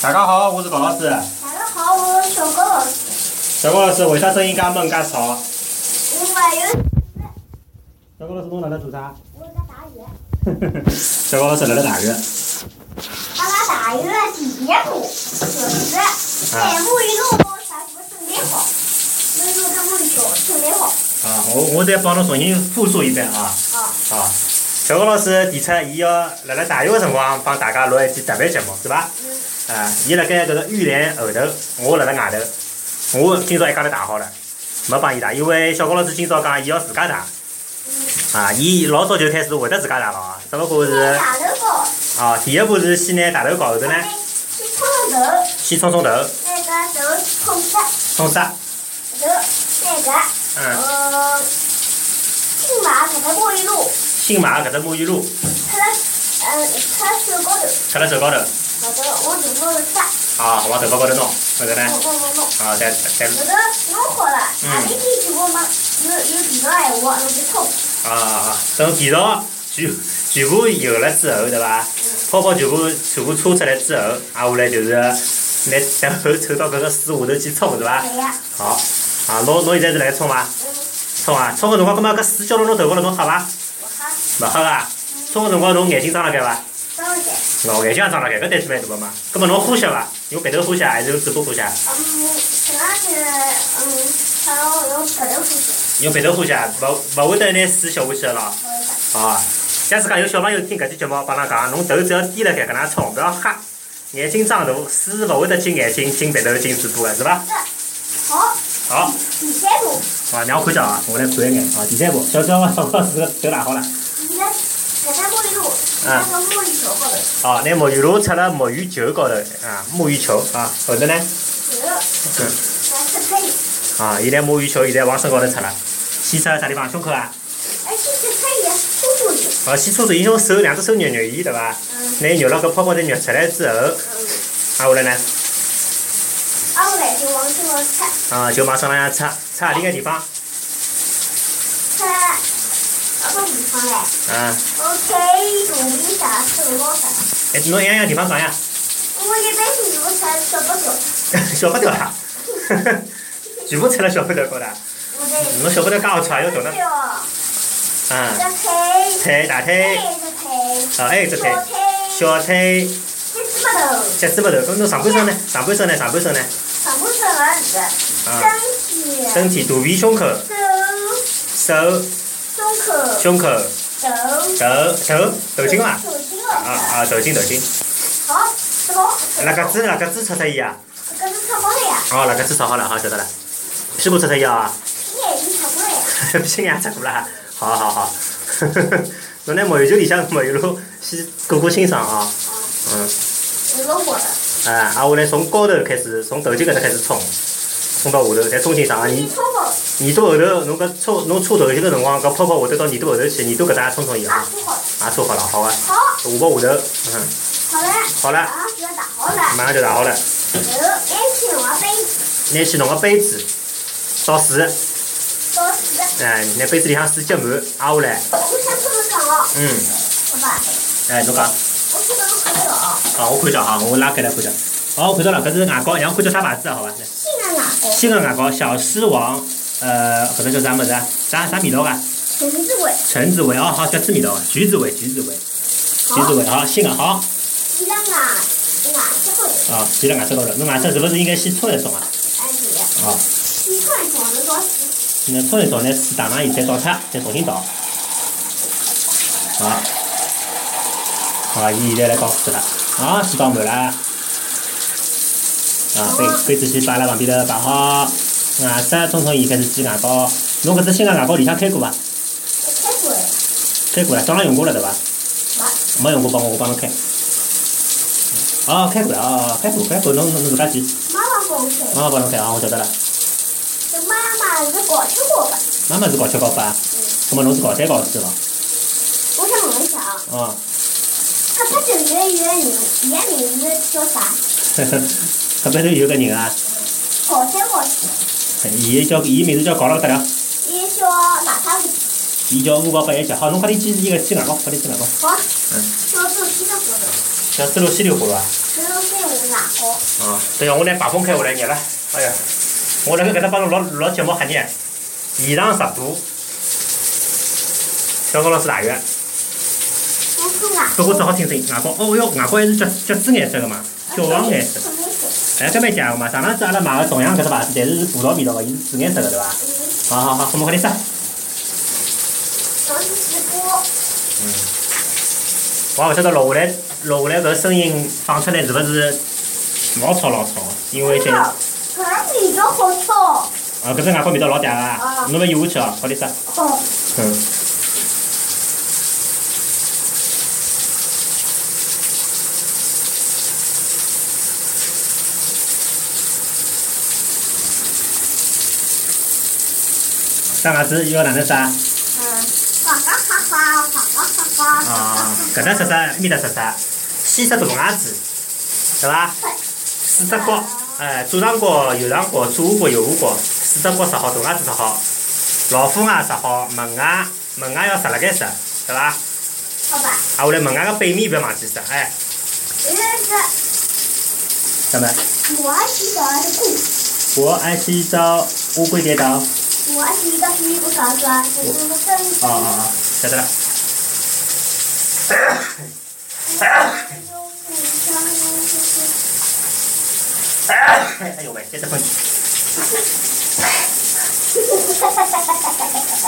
大家好，我是高老师。大家好，我是小高老师，小高老师，为啥声音介闷介吵？我还有小高老师，侬辣辣做 啥？我在大学，小高老师辣辣大学。阿拉大学的第一步就是在沐浴露全部准备好，所以说在沐浴露准备好啊，我我再帮侬重新复述一遍啊。啊，啊，小高老师提出伊要辣辣大学个辰光帮大家录一期特别节目，是伐？嗯，啊，伊辣盖搿个玉莲后头，我辣辣外头，我今朝一家头打好了，没帮伊打，因为小高老师今朝讲伊要自家打。啊，伊老早就开始会得自家打了啊，只不过是大头膏，啊，第一步是先拿大头搞后头呢，去冲头，先冲冲头，那个头冲湿，冲啥？头那个嗯，呃，浸满搿个沐浴露，新买搿只沐浴露，擦了呃擦手高头，擦辣手高头，好的，我准备擦，啊，往头发高头弄，后头呢，我我我我。啊，再再有的弄好了，啊，你可以给我们有有几个闲话，我就痛。啊啊，啊等味道全全部有了之后，对伐？泡泡全部全部搓出来之后，啊，下来就是拿然后抽到搿个水下头去冲，对伐？哎呀，好，啊，侬侬现在是辣盖冲伐？嗯，冲啊，冲个辰光，葛末搿水浇到侬头高头，侬喝伐？我哈，勿喝啊？冲个辰光，侬眼睛张辣盖伐？稍等，哦，眼睛也张辣盖，搿胆子蛮大个嘛。葛末侬呼吸伐？用鼻头呼吸还是用嘴巴呼吸？嗯，主要是嗯，还有用舌头呼吸，用鼻头呼吸，勿勿会得拿水吸下去的咯。我一下。啊，假使讲有小朋友听搿期节目，帮㑚讲，侬头只要低辣盖搿能样冲，勿要吓，眼睛张大，水勿会得进眼睛、进鼻头、进嘴巴个，是伐？好，好，第三步，啊，让我看一下啊，我来看一眼啊，第三步，小小小高是个头打好了。你的给它沐浴露，那个沐浴球后头，啊，拿沐浴露擦辣沐浴球高头啊，沐浴球啊，后头呢，头，嗯还是可以，啊，现在沐浴球现在往身高头擦了，先擦啥地方？胸口啊，而且是可以搓搓的，哦，先搓搓，伊用手两只手捏捏伊，对伐？嗯，拿伊捏了搿泡泡头捏出来之后，啊，下来呢？啊，我来就往这个擦啊，就往身浪向擦，擦何里个地方？擦，啊，不地方嘞啊， ，OK，努力啥手摸啥。哎，侬一样样地方讲呀。 我一般性我才舍不得，小不头啊， 全部踩到小不头高头啊。我在。侬小不头介好吃啊，要这懂个得。腿，嗯，腿、大腿，这个腿，啊，还有一只小腿，腿，小腿、这脚趾指不头，不头。咁侬上半身呢？上半身呢？上半身呢？上半身儿子，啊，身体，身体、肚皮、胸口、手，手、胸口，胸口、头，头、头、头巾嘛。手筋啊儿啊，头巾头巾。子。好，这个，辣个子辣个子擦擦伊啊。这个是成功了呀，哦，辣个子擦好了，好晓得了。屁股擦擦伊啊。眼睛成功了呀，屁眼擦过啦， 好好好，侬拿沐浴球里向沐浴露先过过清爽啊，嗯，有个火了。啊，啊，我来从高头开始，从头巾搿搭开始冲，冲到下头，再冲清爽啊，你耳冲锋，耳朵后头，侬搿搓侬搓头巾个辰光，搿泡泡下头到耳朵后头去，耳朵搿搭也冲冲伊啊啊，，冲好也搓好了，了，好啊，好，下巴下头，嗯，好了，好了，啊，只要打好了，哎马上就打好了，头，眼睛往背，拿起侬个杯子，倒水，到死，哎，拿杯子里向水接满，挨下来，我想这么长哦，嗯，好吧。哎，侬讲。我这个都可以了，啊，我看叫哈，我拉开来看叫。好，我看到了，搿是牙膏，让我看叫啥牌子啊？好伐？新的哪个？新个牙膏，小狮王，呃，搿个叫啥物事啊？啥啥味道啊？陈志伟，橙子味哦，好，橘子味道啊，橘子味，橘子味，橘子好，味，好，新个好伊拉哪哪些会有？啊，其他颜色高头，侬颜色是勿是应该先搓一搓啊？哎，姐，啊，你看长得多细，那搓一搓，拿水打上伊，再倒它，再重新倒。啊，啊，伊现在来倒水了，啊，水倒满了。啊，杯杯子先摆辣旁边头摆好，啊颜色冲冲伊开始挤牙膏。侬搿只新个牙膏里向开过伐？我开开过过了，了，早浪用过了对伐？没，没用过，帮我我帮侬开。哦，开过了，哦，开过，开过，侬侬侬自家挤，妈妈帮我开，妈妈帮侬开啊，我晓得了。这妈妈是搞吃过吧？妈妈是搞吃搞饭，嗯，葛末侬是搞三搞四伐？我想问一下啊，哦，他八九月一个名，伊个名字叫啥？呵呵， 搿边头有个人啊，搞三搞四，伊叫伊名字叫搞了勿得了，伊叫哪他五？伊叫乌高八一七。好，侬快点挤伊个挤牙膏，快点挤牙膏。好，嗯叫做新的活动，像三六七六过伐？十六岁我外公，啊，对呀，我拿排风开下来热了，哎呀，我辣盖搿搭帮侬录录节目吓热，现场直播，小高老师大学，我是外不公。过只好听听外公，哦哟，外公还是橘橘子颜色个嘛，我橘黄啊颜色，哎，搿蛮像个嘛，上趟子阿拉买个同样搿只牌子，但是是葡萄味道个，伊是紫颜色个对伐？好好好，我们快点上，我是直播，我也勿晓得录下来录下来搿声音放出来是勿是老吵老吵，因为真这的，搿是味道好臭。啊搿只外公味道老嗲啊个，侬勿咽下去哦，快点上。哦，嗯，啥牙子要哪能杀？嗯，嘎嘎哈哈，嘎嘎哈哈，嘎啊，搿嘎搭杀哈哈。杀，埃面搭杀杀，先杀大牙子，对伐？四只角，哎，左上角、右上角、左下角、右下角，四只角杀好，大牙子杀好，老虎牙杀好，门牙门牙要杀辣盖杀，对伐？好吧，啊，我来门牙个背面不要忘记杀，哎，这是那么我洗澡的故事，我爱吃一招乌龟跌倒。啊我洗澡是一个啥子啊？这是个啊真啊！晓得了。 哎呦喂，这 只喷嚏，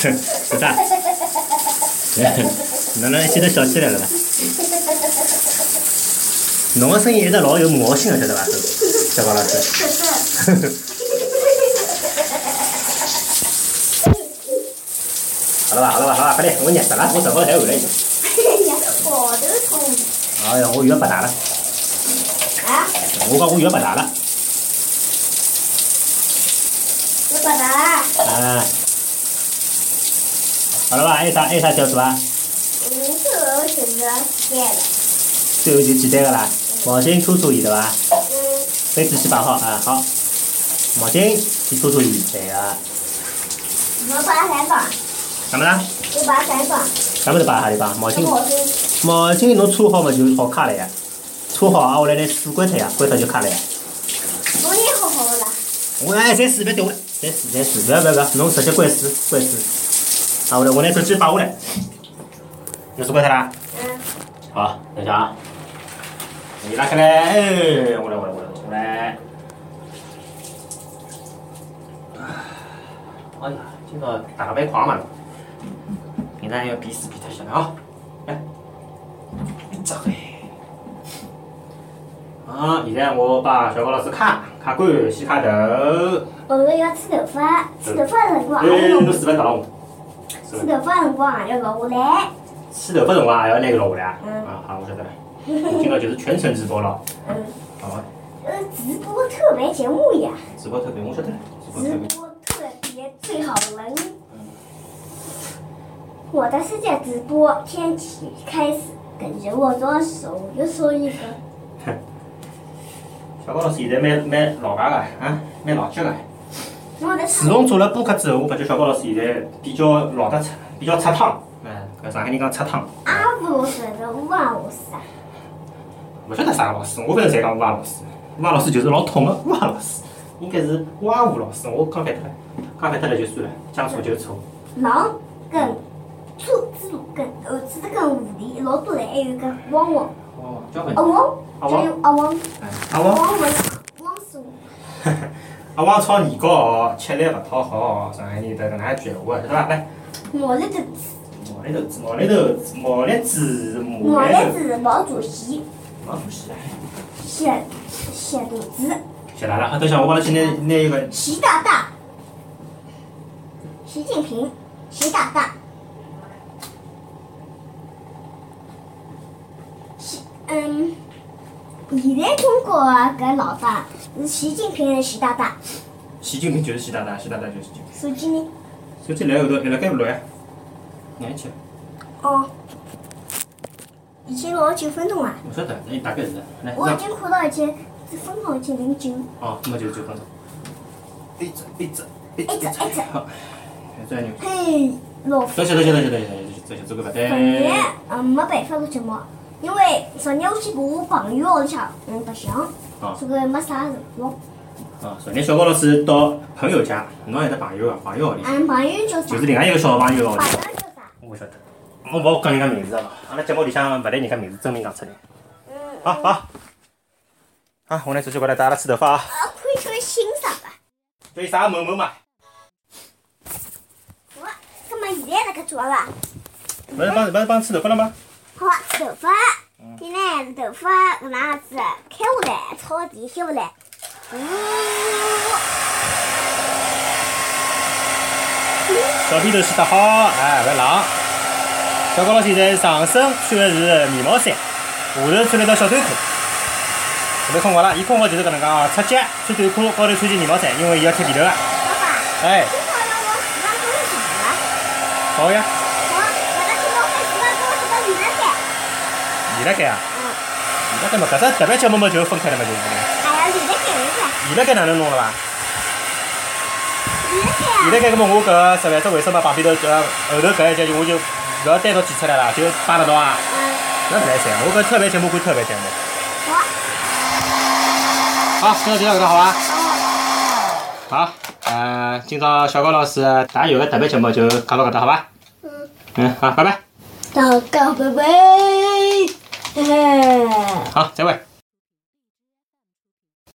是啥？ 哪能现在笑起来了吧？侬个声音一直老有魔性的，晓得 伐？小高老师。好了吧，好了吧，好了吧，快点，我热死了，我等会儿还要回来一个。我的痛哎呀，我又要白打了，啊！我讲我又要白打了。我把它，啊。好了吧，还有啥还有啥小组啊？嗯，这个我选择实验的，最后就简单个啦，毛巾搓搓伊对伐？嗯，杯子先摆好啊，好。毛巾先搓搓哎伊，对个。我把它放，干么啦？我把它放，干么子摆哈里吧？毛这巾个。我是毛巾侬搓好嘛就好卡了呀，搓好啊，我来来水关脱呀，关脱就卡了呀。昨天好好的，我哎，再水别丢了，再水再水，不要不要不要，侬直接关水关水。啊，我来我拿手机摆下来。有水关脱啦？嗯，好，等一下啊。你拉开来，哎，我来我来我来我来。哎呀，今朝打扮狂嘛，明天还要比试比特下来啊！来，这个。啊，现在我把小高老师卡卡关，先卡头。我们要吃头发，吃头发的辰光哎，还要侬四分打我。吃头发的辰光还要留下来，洗头发辰光也要拿个落下来啊！嗯啊，好，我晓得了。今朝就是全程直播了。嗯，好吧。呃，直播特别节目呀，直播特别，我晓得了。直播特直别。播特别最好玩。我的世界直播天启开始，跟着我左手右手一个，小高老师现在蛮蛮老家个，啊，蛮老脚个。我的自从做了播客之后，我发觉小高老师现在比较老得出，比较出趟。嗯，搿上海人讲出趟，阿布选择万五三，勿晓得啥个老师，我反正侪讲蛙老师。蛙老师就是老痛个蛙老师，应该是蛙舞老师。我讲反脱了，讲反脱了就算了，讲错就错。狼跟兔子跟呃兔子跟狐狸，老多人还有一个汪汪，哦，交关阿。汪，阿还汪有阿汪，嗯阿阿汪，汪文场，汪苏，阿汪炒年糕哦，吃力勿讨好哦，上海人得搿能介一句闲话，晓得伐？来，毛栗子，毛栗头子，毛栗头子，毛栗子，毛毛栗栗头，子毛主席，毛主席啊。小小肚子，谢啦啦，等一下我帮侬去拿拿一个习大大，习近平，习大大，习嗯。现在中国啊搿老大是习近平的习大大，习近平就是习大大，习大大就是习近平。手机呢？手机来后头还辣盖勿落呀？廿七，哦，已经六十九分钟了，我晓得，那大概是这样来我已让经看到已经这分钟已经零九，哦，那么就是九分钟。一直一直一一直一直，好，再牛。嘿，老等一下等一下等一下等一下等一下，这个这个勿对反。正嗯没办法录节目，因为昨天我去跟我朋友屋里向，嗯，白相，哦所以没啥辰光。哦，昨天小高老师到朋友家，侬有得朋友啊，朋友屋里，俺朋友叫啥？就是另外一个小朋友屋里朋。友叫啥？我不晓得，我勿好讲人家名字了，阿拉节目里向勿拿人家名字真名讲出来。嗯，好好，啊，我拿手机过来带阿拉吹头发啊。呃，可以说欣赏吧。对啥某某嘛？好啊，那么现在那个做了吧？勿是帮勿是帮吹头发了吗？好啊，头发，现在是头发搿能样子开下来，朝地下来，呜，小辫头洗得好，哎，勿冷。小高老师现在上身穿的是棉毛衫，下头穿了一条小短裤。特别困觉了，伊困觉就是搿能介啊，出脚穿短裤，高头穿件棉毛衫，因为伊要贴被头啊。爸爸，哎，今朝让我洗碗工是啥了？好呀，好，我那今朝开洗碗工是到女人噻，伊辣盖啊，嗯，伊辣盖嘛，搿只特别节目嘛就分开了嘛就是。还要女人噻，女人噻，伊辣盖哪能弄了伐？女伊辣人噻，盖搿么我搿十万只为什么旁边头搿后头搿一节我就勿要单独剪出来了，就摆辣道啊。嗯，那勿来三，我搿特别节目归特别节目。好，好，今朝就到搿搭好伐？好，好，呃，今朝小高老师打有个特别节目就讲到搿搭好伐？嗯，嗯，好，拜拜，大家拜拜，嘿嘿。好，再会。